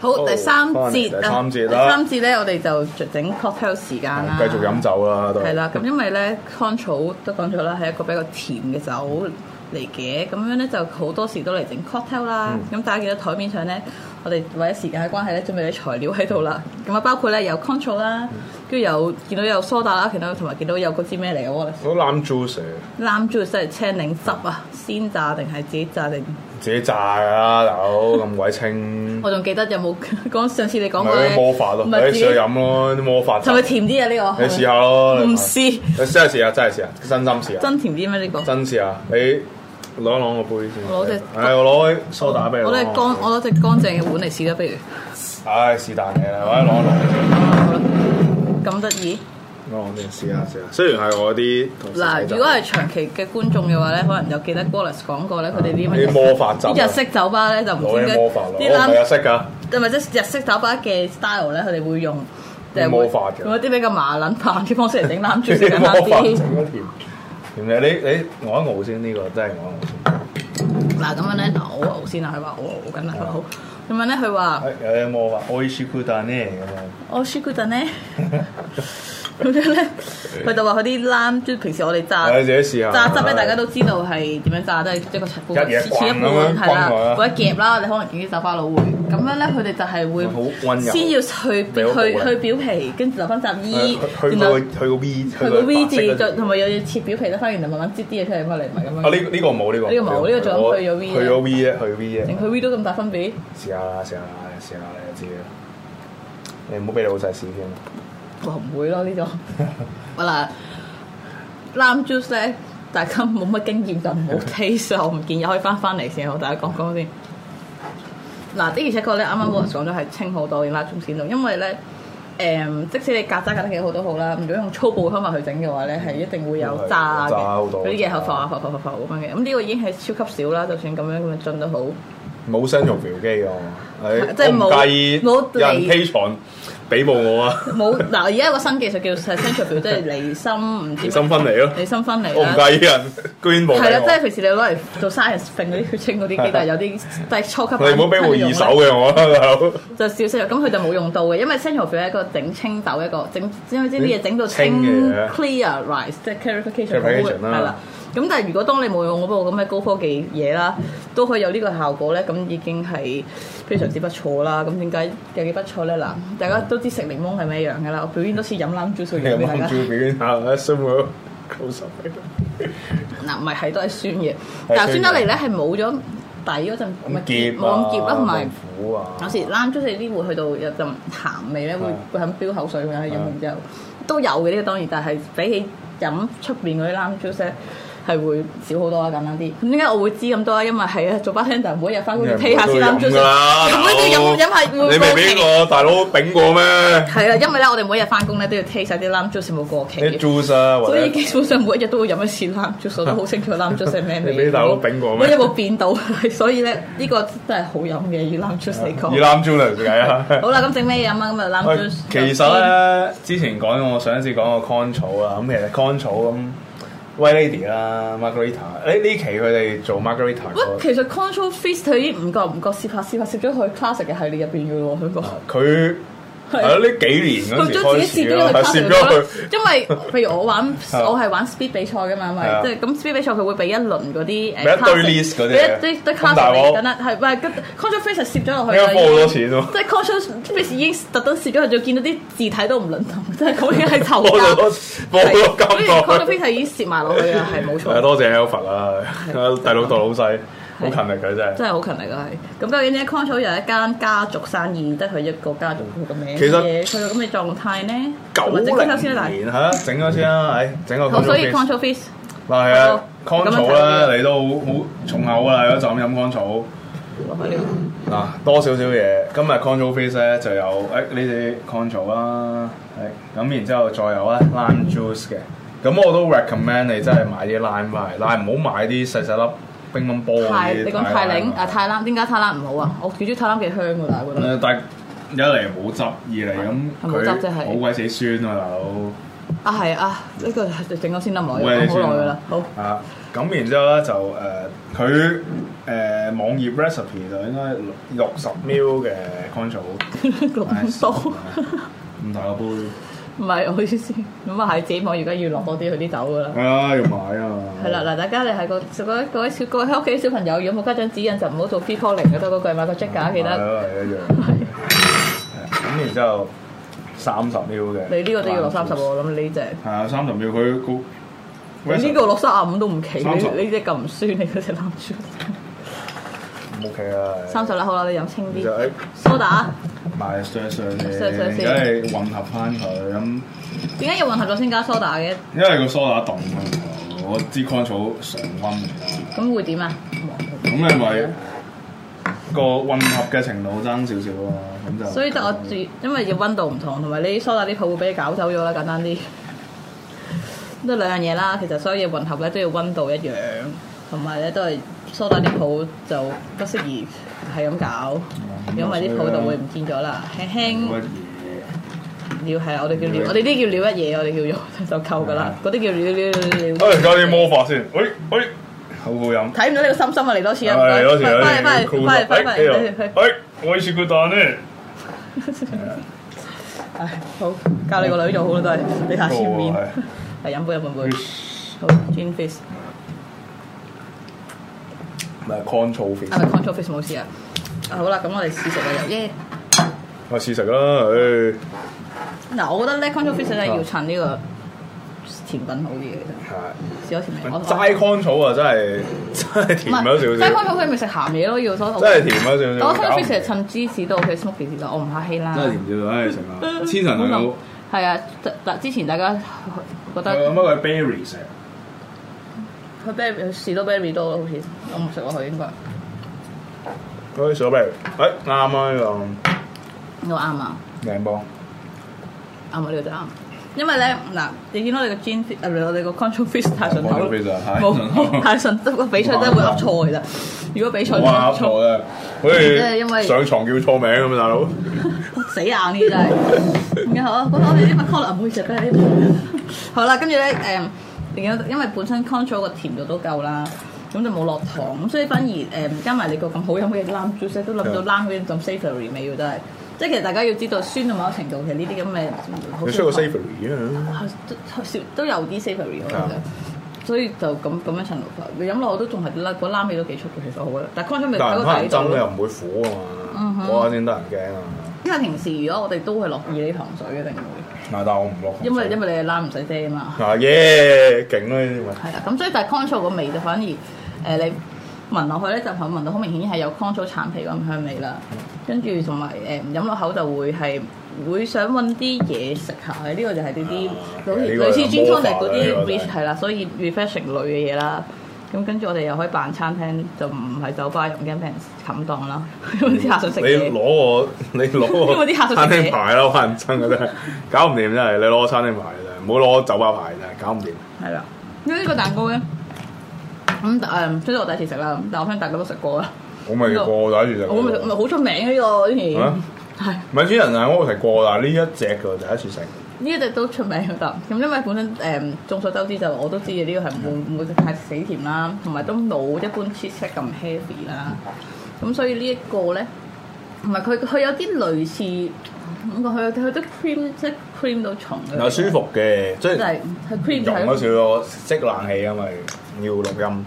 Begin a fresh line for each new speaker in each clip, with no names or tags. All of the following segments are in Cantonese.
好，第三
翻嚟
節
第
啊，
三節
第
啦
三節咧，我哋就整 cocktail 時間啦，
嗯啊繼續飲酒啦，都
啊係啦，咁因為咧 c o n t r o 都講咗啦，係一個比較甜嘅酒嚟嘅，咁樣咧就好多時都嚟整 cocktail 啦。
嗯
咁、大家見到台面上咧，我哋為咗時間嘅關係咧，準備啲材料喺度啦。
嗯
咁啊，包括咧有 c o n t r o 啦，跟住有見到有梳打啦，見到同埋見到有嗰支咩嚟嘅我
我攬 juice 嚟嘅
攬住即係青檸汁啊，鮮榨定係自己榨定？
自己炸㗎啦，大佬 咁鬼清，
我仲記得有冇 講上次你講過
咪
咧
魔法咯，
唔
你
係自己
試下飲咯，啲魔法
係咪甜啲啊？呢、個
你試下咯，
唔
你
試
你真係試下，真係試下，真心試下，
真甜啲咩？呢、個
真試下，你攞一攞個杯先，
我攞隻
唉我攞梳打俾你，
我哋
攞
乾我攞隻乾淨嘅碗嚟試啦，不如
唉是但嘢
嗯
啦，或者攞一攞先。
好啦，咁得意。
我我先哦試下試下，雖然係我啲同事
嗱，
睇
如
就
果係長期嘅觀眾嘅話咧，可能就記得 Wallace 講過咧，佢哋啲乜
啲魔法汁啊
啲日式酒吧咧就唔
攞
知點
啲
解
魔法咯，我
啲
唔係日
冷，
式㗎，
唔係即係日式酒吧嘅 style 咧，佢哋會用就係會
魔法嘅
用一啲比較麻撚棒嘅方式嚟整攬住食
啲
簡
魔
單
法整
啲。
咗甜。甜嘅，你你我一熬先呢個真係我一熬
嗱咁樣咧，嗱我熬先啦，佢話我熬緊啦，佢話好。咁樣咧，佢話
先，有啲魔法，我意思佢但呢咁
我舒古頓咧，咁樣咧，佢就話佢啲攬住平時我哋炸
樣，你自己試下。
榨汁咧，大家都知道係點樣榨，都係一個切
一嘢
切一
棍咁
半
樣
係啦
棍佢啊，
或者夾啦，你可能見啲酒吧佬會咁樣咧，佢哋就係會
好溫柔
先要去
你好
去
好啊
去表皮，跟住留翻集
去
衣，
去
然後
個去個 V，去
去個 V
白色
字，
嗰
再同埋又要切表皮得翻，然後慢慢擠啲嘢出嚟翻嚟，唔係咁
啊呢
樣。
呢個冇呢個，
呢個冇呢個仲有
我
去咗 V
去咗 V 啫，去 V 啫
整，佢 V 都咁大分別，
試下啦，試下啦，試下啦，你就知啦。你唔好俾你老細試添，
我唔會咯呢種。好啦，lime juice 咧，大家冇乜經驗就唔好 taste 啦，我唔建議可以翻翻嚟先，我大家講講先。嗱，的而且確咧，啱啱 Wallace 講咗係清好多嘅啦，中線度，因為咧。誒、即使你曱甴曱得幾好都好啦，如果用粗暴嘅方法去整嘅話咧，係一定會有渣嘅，
渣好
嗰
多
啲嘢係浮啊浮浮浮浮咁樣嘅。咁呢個已經係超級少啦，就算咁樣咁樣進都好。
冇新肉苗機嘅我，唉
即係冇
我唔介意
冇
有人
嚟
P 床俾報我啊，
冇嗱，而家有個新技術叫 centrifuge，即係離心唔知
離心分離咯
離心分離啦
我唔介意有人捐報
係啦，啊即係
俾我。
平時你攞嚟做 science 揈嗰啲血清嗰啲機，但係有啲低初級版
你唔好俾我二手啊嘅我，大佬
啊就少少，咁佢就冇用到嘅，因為 central 係一個整清豆一個整，因為啲嘢整到
清
清
嘅
clear rise 即係 clarification 好
Clarification 啊啦
係啦。咁但係如果當你冇用嗰部咁嘅高科技嘢啦，都可以有呢個效果咧，咁已經係非常之不錯啦。咁點解有幾不錯咧？嗱，大家都知食檸檬係咩樣嘅啦，我表演多次飲攬 juice
你
嘅
又
俾大
望
家
住。表演下，一心我高手。
嗱，唔係係都係酸嘅，但係酸得嚟咧係冇咗底嗰陣，唔係澀冇
à,
咁澀啦，同埋
苦啊，
有時攬咗你啲會去到有陣鹹味咧，會會肯飆口水咁樣飲完之後都有嘅呢個當然，但係比起飲出邊嗰啲攬 juice 咧。係會少好多啦，簡單啲。咁點解我會知咁多咧？因為係啊，做 bartender 每日翻工要 t 下先攬 juice，咁樣飲飲下會
你
過
未俾
期。
我大佬炳過咩？
係啦，因為咧我哋每日翻工咧都要 t 晒啲攬 juice 冇過期嘅，
啲 juice 啊，或
所
者
以基本上每一日都會飲一次攬 juice，我都好清楚攬 juice 係 咩味。
你俾大佬炳過
我
咩
有冇變到？ 所以咧呢個真係好飲嘅，以攬 juice 嚟
以
講。
攬 juice 嚟計啊。
好啦，咁整咩飲啊？咁啊攬
喂
juice。
其實咧，之前講我上一次講個 con à. 草啊，咁其實 con 草咁威 lady 啦，margarita，呢 à, 呢期佢哋做 margarita
喂，
嗰
其實 Control Fist 佢已經唔覺唔覺攝下攝下攝咗去 classic 嘅系列入邊嘅咯，香港。
個佢係啊咯，呢幾年
佢
嗰時
將自
開
己自己
始
嗰
啦，
個
係
class
攝
入邊
咗
咯
佢。
因為譬如我 玩
啊
我係玩 speed 比賽嘅嘛，
係啊
咪即係咁 speed 比賽佢會俾一輪嗰啲誒
俾一堆
class-
list 嗰啲
俾
嘢
一堆堆
咁大
class
鑊
嚟等啦，係喂跟 control face 攝咗落去
應
啦
該，花好多錢喎
即係 control face 已經特登攝咗去，仲見到啲字體都唔輪同， 即係咁樣係頭
播咗
價。
多，播
所
咗
以
咁
control
多。
face 已經攝埋落去啦，係冇
誒
錯。
多謝啊 Alpha 啦，第六代老細好勤力嘅真係。
真係好勤力啊！係咁，究竟呢 Control 有一間家族生意，得佢一個家族佢個名
其實
嘅佢個咁嘅狀態呢？
九
同埋整佢先啦啊
零年嚇，整咗先啦，誒整個
好，所以
control
Control Face
嗱係啊
咁樣
，con 草啦，你都好好重口啊㗎啦，如果就咁飲 con 草。
落去了。
嗱，多少少嘢。今日 Control Face 咧就有誒呢啲 Control 啦，係咁然之後再有咧 lime juice 嘅。咁我都 recommend 你真係買啲 lime 翻嚟，但係唔好買啲細細粒乒乓波嗰
泰，
啲。
你講泰檸啊，泰冷點解泰冷唔好啊？我幾中意泰冷幾香㗎啦，我覺得
誒，呃但係一嚟冇汁，二
嗯係冇
嚟
汁
咁
即係
佢好鬼死酸啊，大佬。
啊係啊，呢個係整咗先啦，唔好
喂你
講好
先
耐㗎
啦
啦，好
啊，咁然之後咧就誒，佢、誒、網頁 recipe 就應該六六十 ml 嘅 control，
咁多，
啊咁大個杯，
唔係我意思，咁啊係自己網而家要落多啲佢啲酒㗎啦。
係啊，要買啊嘛。
係啦，嗱，大家你係個各位各位小各位喺屋企小朋友，如果冇家長指引就唔好做 free calling 嘅，得嗰句買個 jack 架記
係
得。
啊係一樣。咁然之後三十 ml 嘅，
你呢個都要落三十喎，我諗呢只。
係啊，三十 ml 佢個
你呢個落三十五都唔奇，你
30
呢只咁酸，你嗰只攬住
唔 OK 啊。
三十啦，好啦，你飲清
然之後哎
啲
誒
梳打。
買上上
上上
嘅，
先
梗係混合翻佢咁，
點解要混合咗先加梳打嘅？
因為個梳打凍啊，我支 control 常温嚟㗎。
咁會點啊？
咁你咪個混合嘅程度爭少少咯，咁就
所以得我自，因為要温度唔同，同埋你梳打啲泡會俾你搞走咗啦，簡單啲。都兩樣嘢啦，其實所有嘢混合咧都要温度一樣，同埋咧都係梳打啲泡就不適宜係咁搞，因為啲泡就會唔見咗啦，輕
冇乜
輕
嘢。
撩係我哋叫撩，我哋啲叫撩一嘢，我哋叫做就夠噶啦，嗰啲叫撩撩撩撩。
誒，加啲魔法先，喂喂，好好飲。
睇唔到你個心心啊！嚟多次啊！唔
係
該
有時有時
翻嚟翻嚟翻嚟翻嚟翻嚟，
誒，我要雪糕蛋咧，
唉好教你個女做好啦，都係你睇下前面。
啊
嚟飲杯飲杯飲杯，好 gin fizz
咪 control
啊咪 control fizz 冇事啊！啊好啦，咁我哋試食啦又耶！
我試食啦，
嗱，我覺得咧 control fizz
啊
咧要襯呢個甜品好啲嘅，其實試咗甜品，我
誒，齋 control 啊，真係真係甜咗
齋
少
control fizz 咪食鹹嘢咯，要所
少，真係甜咗少少。
我 control fizz 係襯芝士都 OK smoky 士多，我唔客氣啦。
甜少少，唉，成啊，千神
好諗係啊！嗱，之前大家覺得。
乜鬼 berry 食？
佢 berry 佢士多 berry 多好似，我唔食過佢應該。
嗰啲小餅，誒啱啊呢
我啱啊，
個靚波，
啱啊呢個就啱。因為咧嗱，你見到你個 gin f 我哋個 control fish 太順頭
Control fizz 啊太 順口
冇太順得個比賽真係會噏錯其實。如果比賽真係
哇
噏
錯
錯，
啊！好
係因為
似上床叫錯名咁啊，大佬。
死硬呢真係。然後我覺得我哋啲 m c o l l 唔好食啦呢啲。好啦，跟住咧誒，你見到因為本身 control 個甜度都夠啦。咁就冇落糖，咁所以反而誒、加埋你個咁好飲嘅 lime juice 咧都諗到
啊
lime 嗰啲咁 savoury 味喎，真係。即係其實大家要知道酸到某個程度，其實呢啲咁嘅好
你需要個 savory 啊，
係都少都有啲 savoury 我覺得，所以就咁咁樣襯落去。你飲落我都仲係啦，嗰拉味都幾出嘅，其實我覺得。但係 control 味
但係
喺
黑人
個
憎
底
又
度，
唔會苦啊
嗯
嘛，
哼
嗰下先得人驚啊。
因為平時如果我哋都會落二呢糖水一定會，
嗱，但係我唔落。
因為因為你拉唔使遮啊嘛。
嗱耶勁啦呢啲咪。
係啦，啊咁所以但係 control 個味就反而誒、呃你聞落去咧就係聞到好明顯係有 control 橙皮嗰種香味啦，跟住同埋誒飲落口就會係會想揾啲嘢食下嘅，呢、個就係呢啲
啊
好似
呢個
類似
有
gin
魔
tonic
法
嗰
啦呢個
啲
就係
re- 係啦，所以 refreshing 類嘅嘢啦。咁跟住我哋又可以扮餐廳，就唔係酒吧，又唔驚俾人冚檔啦。 因為啲客想食
你
嘢，
攞我， 你 攞
因為啲客
我
食
餐廳
嘢
牌啊啦，黑人憎嘅真係搞唔掂真係，你攞我餐廳牌真係，唔好攞我酒吧牌真係，搞唔掂。
係啦。因為呢個蛋糕咧，咁誒，雖然我第一次食啦，但我相信大家都食過啦。
我咪過第一次就。
我咪咪好出名嘅呢個之前
啊
係
唔係啲人係我食過啦，呢一隻嘅我第一次食。
呢一隻都出名嘅得，咁因為本身誒眾所周知就我都知嘅呢個係
嗯
唔會唔會太死甜啦，同埋都冇一般 cheesecake 咁 heavy 啦，咁所以呢一個咧唔係佢佢有啲類似咁講，佢佢都 cream 即係 cream 到蟲嗰啲，
有舒服嘅，即
即
係
係佢 cream
用
咗
咗少個即冷氣，因為要錄音，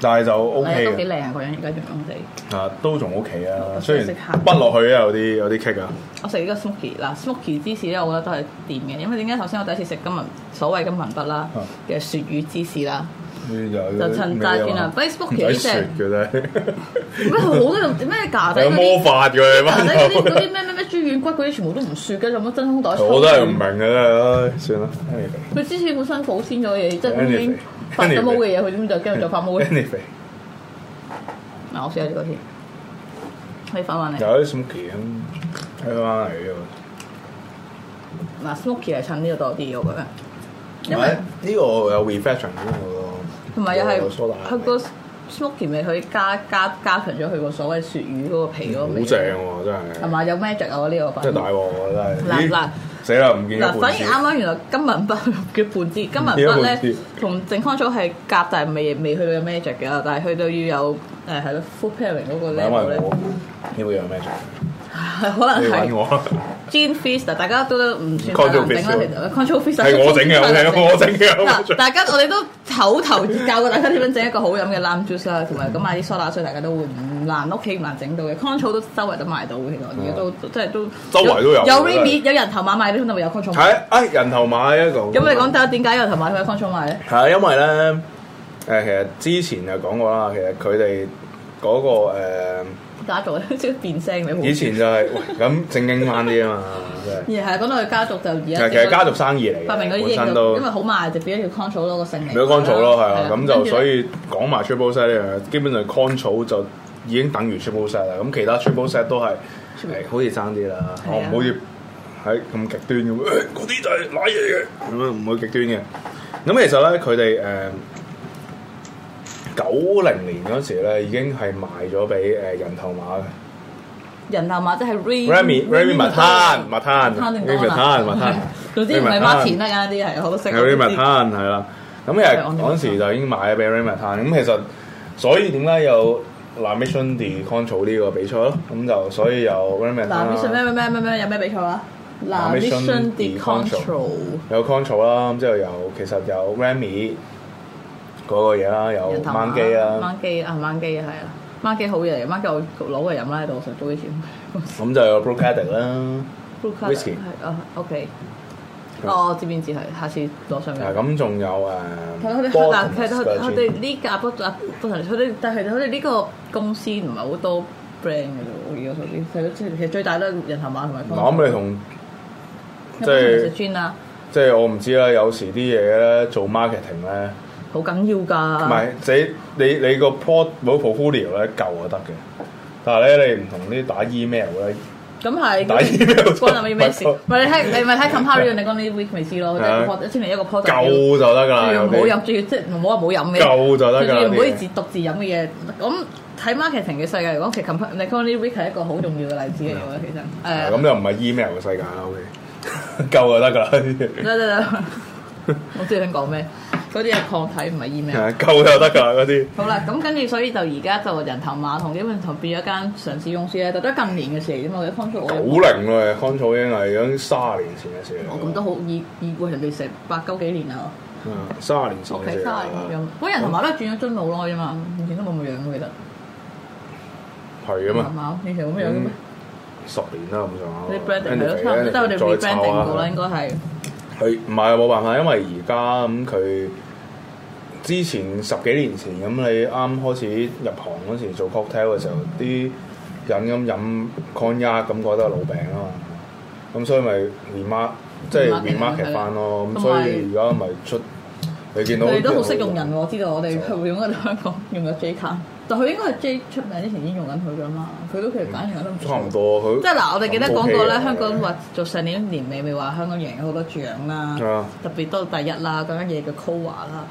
但係就 O
係
K
都幾
嘅。
靚啊！個樣而家仲用地。
啊，都仲 O K 啊，
我
雖
想
然
食下
筆落去啊，有啲有啲棘啊，
我食呢個 smoky 嗱 smoky 芝士咧，我覺得都係掂嘅，因為點解？首先我第一次食金文所謂金文筆啦
嗯
嘅鱈魚芝士 啦，
就
就趁大戰啦
啊唔
Facebook
使
呢
雪
隻
嘅 啫，
咩好多用咩咖仔
有
啊嗰
魔
啲。
法嘅你
咖
班啊
仔嗰啲嗰
友，
啲咩咩咩豬軟骨嗰啲全部都唔雪嘅，有乜真空袋？
我都係唔明嘅，唉算啦。anyway
佢芝士本身保鮮咗嘅嘢，即係已
Anyway，
經發咗毛嘅嘢，佢點就跟住再發毛嘅。
anyway，
嗱，我試下呢個先，可以反翻嚟。
有啲 smoky 咁，睇翻嚟嘅喎。
嗱，smoky 係襯呢個多啲，我覺得，因為
呢個有 reflection 嘅喎，
同埋又係
蘇打
佢個 smoky 味，佢加加加強咗佢個所謂鱈魚嗰個皮嗰個
好
味。
正喎，真係
係。嘛？有 magic 啊！呢個
即係
份
大鑊喎，
嗱
真係。
嗱
咦死啦，唔見咗
嗱，反
半
而
支
啱啱原來金文筆嘅半支，金文筆
一半支
咧同正康草係夾，但係未未去到有 magic 嘅，但係去到要有誒係咯 full pairing 嗰個
唔係因
level
為
咧，
我呢個有咩
可
你
能係
揾。我啦，
Gin Fizz 嗱，大家都唔算
Control
難頂啦
Fizz
其實，Control Fizz
係我整嘅
係
，OK，我整嘅我冇
嗱，
整
大家我哋都口頭教過大家點樣整一個好飲嘅 lime juice 啦，同埋咁買啲梳打水，大家都會唔難，屋企唔難整到嘅。Control 都周圍都買到嘅，其實而家都即係都
嗯周圍都有
有
真係
Remy 有人頭馬買，你通常會有 Control 買。
係誒人頭馬一個。咁
咁你講得點解有人頭馬去 Control 買咧？
係啊，因為咧誒，其實之前就講過啦，其實佢哋嗰個誒
家族咧，即係變聲你好。
以前就係喂咁正經翻啲 啊嘛，真係。
而係講到佢家族就而
其
家
實其實家族生意嚟
發明
嘅，
嗰啲
本
嘢
身
就
都
因為好賣就變咗條 Control 咯個姓名。
俾咗 control 咯，係啊，
啦
咁
跟
就
住
所以講埋 triple set 呢樣嘢，基本上 control 就已經等於 triple set 啦。咁其他 triple set 都係誒好似爭啲啦，
係啊
我唔好似喺咁極端咁，誒嗰啲就係賴嘢嘅，咁樣唔會極端嘅。咁其實咧，佢哋誒九零年嗰時咧已經係賣咗俾誒人頭馬嘅。
人頭馬即係
Remy-
Remy
Remy Matan- Matan-
定啊
Remy Matan- Matan
總之唔係
Remy Matan
Martin 啦，簡單啲係好多識。
有 r a y m a t a n 係啦，咁其
係我
實
哋
嗰陣時就已經買咗俾 r a y m a t a n 咁其實所以點解有 l a m i s s i o n de Control 呢個比賽咯？咁就所以有 r a y m a t
嗱
a
，Mission 咩
n
咩咩咩咩有咩比賽啊？嗱
啊 Mission
，Mission de
de Control
Control
有 Control 啦，咁之後有其實有 Remy 嗰個嘢啦，有
人頭
Man 機啦，
掹機啊，掹機啊，係啊，掹機好嘢嚟，掹機我攞嚟飲啦喺度，我想早啲前。
咁就有 Brocadic 啦，
Blue card
Whisky
係啊，OK。哦，我知邊支係，下次攞上嚟。
啊咁仲有
佢佢
誒
哋嗱，其實
Bottoms
佢
嘅
佢
gin
哋呢架不啊不同，佢哋但係佢哋呢個公司唔係好多 brand 嘅啫喎，我而家所知，其實最其實最大都係人頭馬同埋方。
嗱咁你同啊即
係
係
專啦，
即係我唔知啦，有時啲嘢咧做 marketing 咧。
好緊要㗎。
唔係，你你你個 port 冇 portfolio 咧夠就得嘅，但係咧你唔同啲打 email 咧，
咁係
打 email
關諗要咩事？
就唔係啊
唔係你睇你咪睇 compare 你講呢 week 咪知咯，即係一個 product- 先嚟一個 product 要
夠就得㗎啦，
要
有
唔好飲，
啲
仲要即係唔好話冇飲嘅，
夠啊就得㗎
仲
啦
要唔可以
啲嘢
自獨自飲嘅嘢。咁喺 marketing 嘅世界嚟講，其實 compare 你講呢 week 係一個好重要嘅例子嚟嘅，其實誒。
咁就唔啊係 email 嘅世界啦，OK，夠 就得㗎啦呢啲
得得 得，我知你想講咩？嗰啲係抗體，唔係 email。
嘢，夠啊就得㗎啦嗰啲，
好啦，咁跟住所以就而家就人頭馬同基本同變咗間上市公司咧，就都係近年嘅事嚟啫嘛。我哋 control 我
九零喎，control 已經係已經卅年前嘅事
我
嚟
哦咁
㗎
都
啦，
好以以過人哋成八九幾年啦。
嗯卅年前
屋
嘅
企
事嚟
三
㗎啦
咁，嗰人頭馬都係轉咗樽好耐啫嘛，以前都冇咁樣嘅其實。人頭馬
係啊嘛，嗯
以前咁樣嘅咩？
十年啦咁
你
上
branding 係咯，
下
差唔多，但係佢哋
Anyway，再抄
rebranding
啊
過啦，應該係。
佢唔係啊冇辦法，因為而家咁佢之前十幾年前咁，你啱開始入行嗰時做 cocktail 嘅時候，啲人咁飲 cognac 咁覺得係老餅啊嘛，咁所以咪 remark 即係
Remarketing
remarket
係
翻咯，咁
同
所
埋
以而家咪出你見到
佢哋都好識
啲
用人喎，我知道我哋佢會用喺香港用咗 J 卡，但佢應該係 J 出名之前已經用緊佢噶嘛，佢都其實揀用都唔錯
差唔。多佢啊
即係嗱，我哋記得講過咧，香港
話
話做上年年尾咪話香港贏咗好多獎啦
啊，
特別都第一啦，嗰間嘢叫 Coa 啦。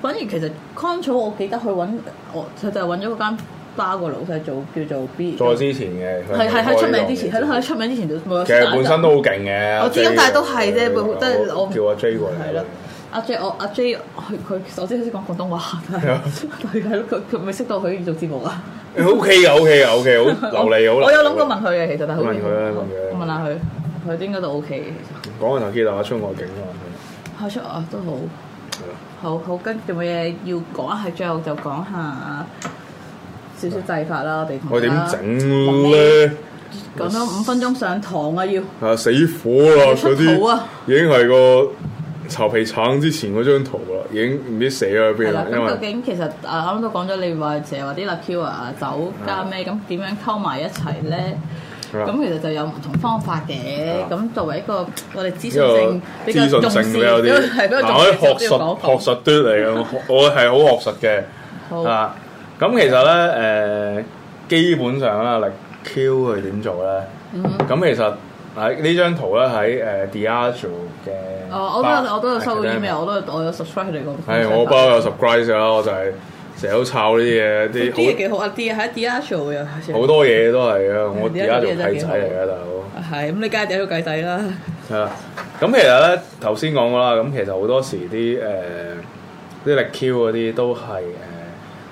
反而其實 Control 我記得佢揾我，佢就係揾咗嗰間巴個老細做叫做 B，
再
係
之前嘅
係
佢
喺出名之前，
開
係
呢
咯
樣
喺
嘢
出名之前就冇
其實本身都好勁嘅，
我知咁
J
但係都係啫
我
即係我
叫阿 J 過嚟，
係咯阿 J 我阿 J 佢佢首先識講廣東話，
啊
但係啊係咯，佢佢咪識到佢做節目啊？
O K 嘅，O K 嘅，O K，好啊流利，好流利。啊
我有諗過問佢嘅，其實但係好
問佢啊啦問佢啦
我問下佢，佢應該都 OK 嘅。其實
講緊頭 K 大出外景啊，
派出啊都好
係咯，
好好跟住冇嘢要講，啊係最後就講下少少制法啦。我哋同
我點
大家
整咧？
講咗五分鐘上堂啊，要
啊死火啦！嗰
出土
啲
啊
已經係個巢皮橙之前嗰張圖啦，已經唔知死咗
係
喺邊
啦
啦。。
咁
因
究
為
竟其實啊啱啱都講咗，你話成日話啲 l a q u 啊酒加咩咁點樣溝埋一齊咧？
係啦
咁其實就有唔同方法嘅。
啊
咁作為一個我哋資訊
因為
性比較重視，
比 較啲，
係比較
嗱
重
我
視
啲學
嘅時候都要
術
講
學
講
術端嚟嘅，我我係好學術嘅。
好
啊，咁其實咧誒、基本上啦，力 Q 佢點做咧？
嗯
咁、其實喺呢張圖咧喺誒 Diageo 嘅，
哦，我
Vâng.
都有我都有收到
Academy
email，我都嗯有我有 subscribe 佢哋個。
係我包有 subscribe 㗎啦，我就係成日都抄呢啲嘢，
啲嘢
啲
幾好啊！啲嘢喺 d i a g o 又好似
好好多嘢都係嘅。我
Diageo
而家做
真係
契
幾
仔
好
嚟嘅大佬，
係咁，你梗係有計仔啦。
係啦。咁其實咧頭先講過啦，咁其實好多時啲誒呃啲力 Q 嗰啲都係誒。呃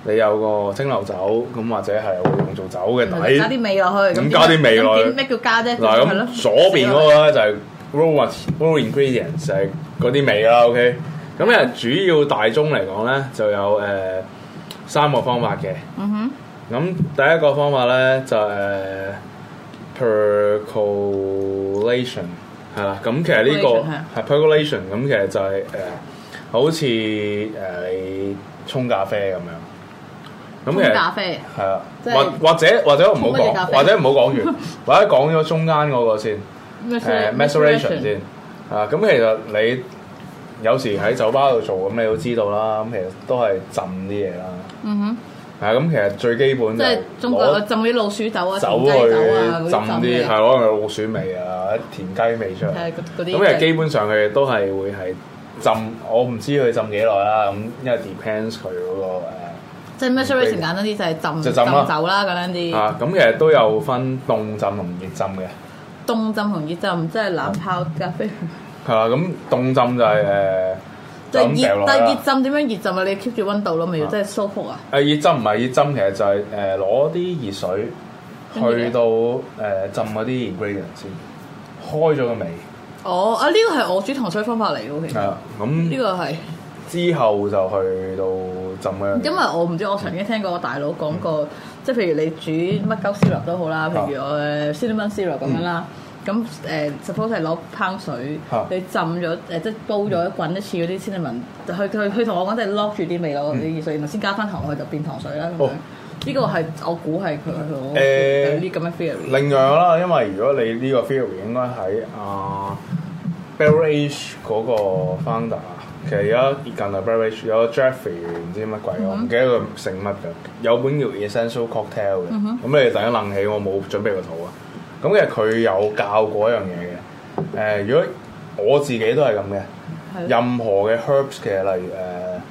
你有個蒸餾酒咁，或者係會用做酒嘅底，
加啲味落去，
咁加啲味落去
咁點咩叫加啫？係
嗱
咯
咁左邊嗰個咧就係 raw raw ingredients 就係嗰啲味啦，OK。咁咧主要大宗嚟講咧就有誒、呃三個方法嘅。
嗯哼，
咁第一個方法咧就係、呃 percolation 係啦。咁其實呢、個係 percolation，咁其實就係、誒、好似誒、呃你沖咖啡咁樣。咁其
沖
實
咖啡
係啊，
即係
或或者或者唔好
沖嗰隻咖
講，
啡
或者唔 好講完，或者講咗中間嗰個先，誒 À, maceration
maceration
先啊。咁其實你有時喺酒吧度做，咁你都知道啦。咁其實都係浸啲嘢啦。
嗯哼，
係啊，咁其實最基本
即
就
係中國呃
攞
浸啲老鼠酒啊、
酒
田
去
雞酒啊嗰
浸
啲嘅
啲，係攞佢老鼠味啊、田雞味出嚟。
係嗰嗰啲
咁其實基本上佢哋都係會係浸，我唔知佢浸幾耐啦。咁因為 depends 佢嗰個誒
即係 maceration 簡單啲就係浸
就
浸啊
浸啦
酒啦，簡單啲
啊，咁其實都有分凍浸同熱浸嘅。
凍浸同熱浸，即係冷泡咖 啡。
係啦，咁凍浸就係、誒，
即
就咁
係
掉
熱，
落
但
去
係
啦
熱。浸點樣熱浸啊？你 keep 住温度咯，咪要
啊
即係 soak 服啊？
誒熱浸唔係熱浸，其實就係誒攞啲熱水
跟住咧
去到誒、浸嗰啲 ingredient 先，開咗個味。
哦，啊呢個係我煮糖水方法嚟嘅喎，其實
係啦，
呢
咁
個係。
之後就去到浸嗰樣嘢。
因為我唔知，我曾經聽過我大佬講
嗯
過，即係譬如你煮乜鳩 syrup 都好
啊
啦，譬如我誒 cinnamon syrup 咁樣啦。咁誒，suppose 係攞烹水
嗯啊，
你浸咗誒，即係煲咗滾一次嗰啲 cinnamon，佢佢佢同我講就係 lock 住啲味咯，啲熱水，然後先加翻糖落去就變糖水啦咁樣
嗯哦。呃
呢個係我估係佢佢我
誒
有啲咁嘅 theory。
另外啦，因為如果你呢個 theory 應該喺啊 Barrel Age 嗰個 founder，其啊實而家近來 Barrel Age 有個 Jeffrey 唔知乜鬼，我唔記得佢姓乜嘅，有本叫 Essential Cocktail 嘅，咁你突然間諗起我冇準備個圖啊，咁其實佢有教過一樣嘢嘅，誒、如果我自己都係咁嘅。
係咯
任何嘅 herbs 嘅，例如誒、呃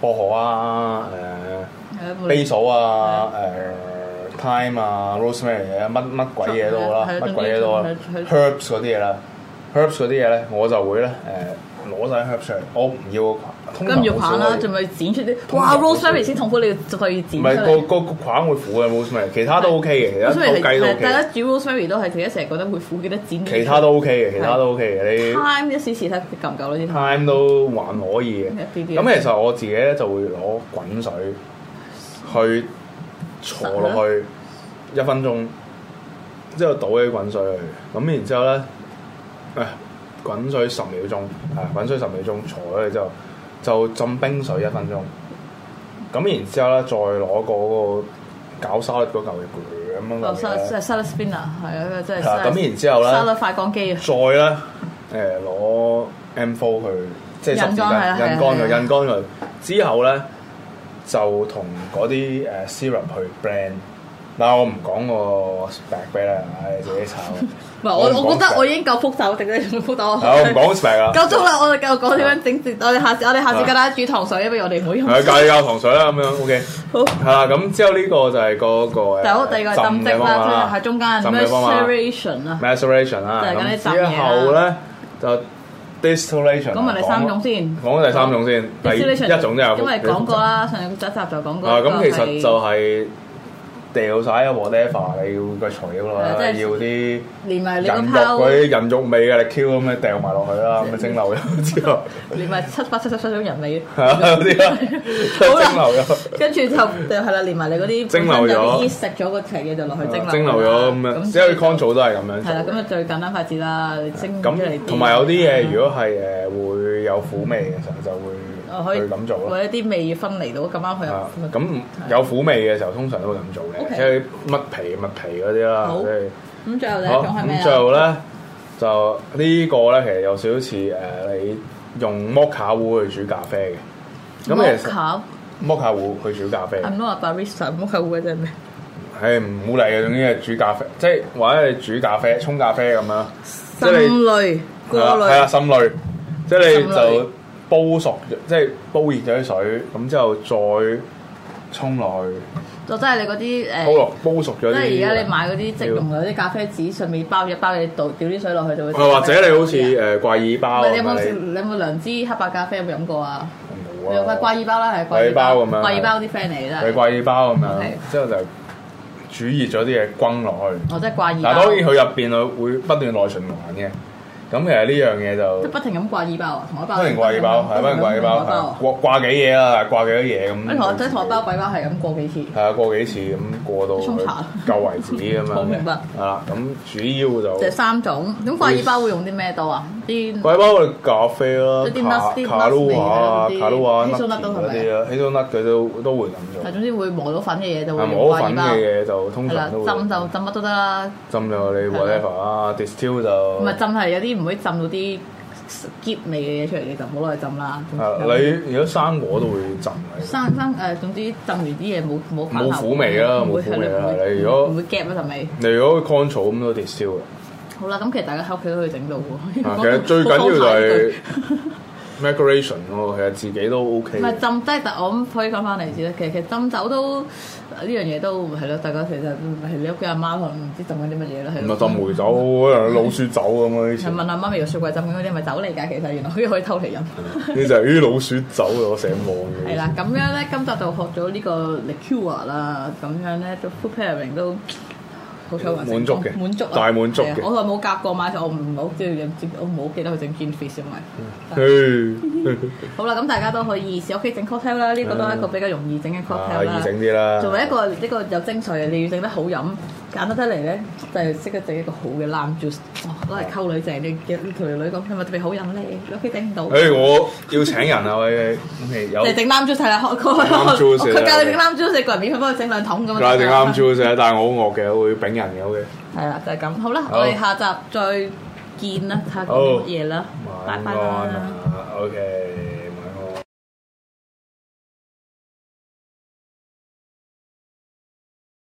薄荷啊、
係咯
誒 basil 啊、
嗯
誒 thyme 啊、rosemary 啊，乜乜鬼嘢都好啦，
係係
乜鬼嘢都好啦
係係
，herbs 嗰啲嘢啦，herbs 嗰啲嘢咧，我就會咧誒攞晒 herbs 出嚟，我唔要個通常
跟住
好
棒
少
啦，
會
仲咪剪出啲
通
哇
常好
rosemary 先痛苦，你要就要
唔
剪出
係個
嚟。
個個框會苦嘅 rosemary，其他都 OK 嘅，其他
所以
土雞都
係
OK，
大家
嘅
煮 rosemary 都係自己成日覺得會苦，記得剪。
其他都 OK 嘅，其他都 OK 嘅，你。
time 一時時睇夠唔夠咯啲 time
time 都還可以
一啲
嘅。
啲
咁其實我自己咧就會攞滾水去坐落去一分鐘，之後倒啲滾水去，咁然之後咧，誒滾水十秒鐘，啊滾水十秒鐘坐咗佢之後，就浸冰水一分鐘。咁然之後咧，再攞嗰個搞沙律嗰嚿嘢咁樣
哦
落
，salad 即係 salad spinner 係啊，即係
係啦
salad-
咁然之後咧
salad 快乾機啊，
再咧誒攞 M4 佢，即係十字
印乾係啊
架印乾佢，
係啊係啊
印乾佢之後咧就同嗰啲誒 syrup 去 blend。嗱，我唔講個 spec 俾你，唉，自己炒。
唔係我我覺得我已
唔
經夠複雜，定係仲複雜
講 spec 係我唔講 spec 啦。
夠鐘啦，我哋繼續講點樣整節，我哋下次我哋下次
啊
教大家煮糖水，因為我哋唔好用。
係教你教糖水啦，咁樣 OK。
好，
係啦，咁之後呢個就係嗰個誒
第好第二個係浸
嘅
漬
方
啦，即
法啦
係喺中間
浸嘅方法啦
maceration 啊，
maceration 啦，
就係嗰啲
咁
浸嘢
之
啦
後咧就 distillation
講埋第三種先
講講第三種先，第一種都有，
因為講過啦，上一集就講過。
啊，咁其實就係掉晒一鑊 lever，你要個材料啦，
係即係
要啲
連埋你個
人肉嗰
拋，
啲人肉味嘅力 Q 咁樣掉埋 落去啦，咁咪蒸馏咗之後，
連埋七八七七七種人味。
係啊嗰啲啦，
好啦
蒸馏咗。
跟住就就係啦，連埋你嗰啲
蒸餾咗
本身有啲食咗個劇嘢就落去蒸餾
蒸馏咗咁樣，即係 control 都係咁樣
係啦，
做。
咁啊最簡單快捷啦，你蒸出嚟
咁同埋有
Ừ.
啲嘢，如果係誒會有苦味嘅時候，就
哦
會
可以
去咁做咯。
或者啲味分離到咁啱佢
啊
又
咁有苦味嘅時候，通常都會咁做嘅，
OK
即係乜皮乜皮嗰啲啦。
好
即係
咁最後第一
好
種係咩
咁
啊
最後咧，就呢個咧其實有少少似誒你用摩卡壺去煮咖啡嘅。咁其實
Mocha
摩卡壺去煮咖啡，
I'm not a barista，Mocha 會嘅真係咩？
唉唔好理嘅，總之係煮咖啡，即係或者係煮咖啡、沖咖啡咁啦。即
心
係你
類過
係啊，
濾，
心類，即係你
心類
就煲熟，即係煲熱咗啲水，咁之後再沖落去，
就即係你嗰啲
煲
誒。
落煲熟咗啲。
即係而家你買嗰啲即溶嗰啲咖啡紙，上面包一包嘢，倒掉啲水落去就會。
係或者你好似誒呃怪耳
呃唔
包啊
係你有
咁
冇
樣
食你有冇良知黑白咖啡有冇飲過啊？
你
你有塊掛耳包啦，係掛
掛耳包咁樣
掛耳包啲 friend 嚟
你
啦。
怪耳包咁樣
OK，
之後就煮熱咗啲嘢轟落去。
我真係掛耳包。
嗱，當然佢入邊佢會不斷內循環嘅。咁其實呢樣嘢
即
就
係不停咁掛耳包啊，同一包。
不停怪耳包，係不停怪耳包，係掛掛幾嘢啦，掛幾多嘢
你同我即
咁。
係同一包鬼包係咁過幾次。
係啊，過幾次咁過到
沖茶
夠為止咁樣。
好明白
啊，咁主要就
就三種，咁掛耳包會用啲咩多啊？啲
鬼包我哋咖啡啦
即係啲，
卡
nuts- 啲
卡路
nuts 味
亞
嘅
啊、
嗰啲
卡路亞、
希蘇粒
nutty
都係
嗰
咪
啲啊，希蘇粒佢都都會咁做。
係總之會磨到粉嘅嘢就會
係
用
啊冇
掛耳
粉
包。
嘅嘢就通
係啦，
常都會
浸就浸乜都得啦，
浸咗你 whatever 啊，distill 就
唔係浸係有啲唔會浸到啲結味嘅嘢出嚟，你就唔好攞去浸嗯啦。
啊你如果生果都會浸嘅，
生生誒，總之浸完啲嘢冇冇反
冇
效
苦味啦
唔會
冇苦味啦
係唔會
你如果
唔會夾嗰陣味。
你如果 control 咁都 distill 嘅。
好啦，咁其實大家喺屋企都可以整到喎。
啊其實最緊要就係 migration 咯，其實自己都 OK
唔係
嘅。
浸低，但我咁可以講翻嚟先啦。其實其實斟酒都呢樣嘢都係咯，大家其實嗯係你屋企阿媽可能唔知浸緊啲乜嘢啦，係
唔
咯
係浸梅酒，可能老鼠酒咁啊！
係
以前
問阿媽咪個雪櫃浸緊嗰啲係咪酒嚟㗎？其實原來可以可以偷嚟飲。
呢就係啲老鼠酒啊！我成日望嘅。
係啦，咁樣咧，今集就學咗呢個 liqueur 啦，咁樣咧做 food pairing 都好彩話成功
滿足嘅
滿足啊
大滿足嘅
係啊我係冇夾過買，所以我唔好知道我冇記得去整 gin fizz 因為。
嘿
好啦，咁大家都可以試屋企整 cocktail 啦，呢個都係一個比較容易整嘅
啊，
cocktail 啦
易。整啲啦。
作為一個一個有精髓嘅，你要整得好飲，簡單得嚟咧，就係識得整一個好嘅 lime juice，哇攞嚟溝女正，你你同條女講係咪特別好飲咧？你屋企整唔到，
誒，我要請人啊！喂，你有
你整 lime juice 係啦，佢
lime juice
佢
真係
教你整 lime juice，你個人免費幫佢整兩桶咁樣。
嗱，定啱 j u 但係我好惡嘅，我會丙人嘅，OK。
係啦，就係咁。好啦，
好
我哋下集再見啦，睇下講啲乜嘢啦，
晚
拜拜
安
啦。
啊，OK。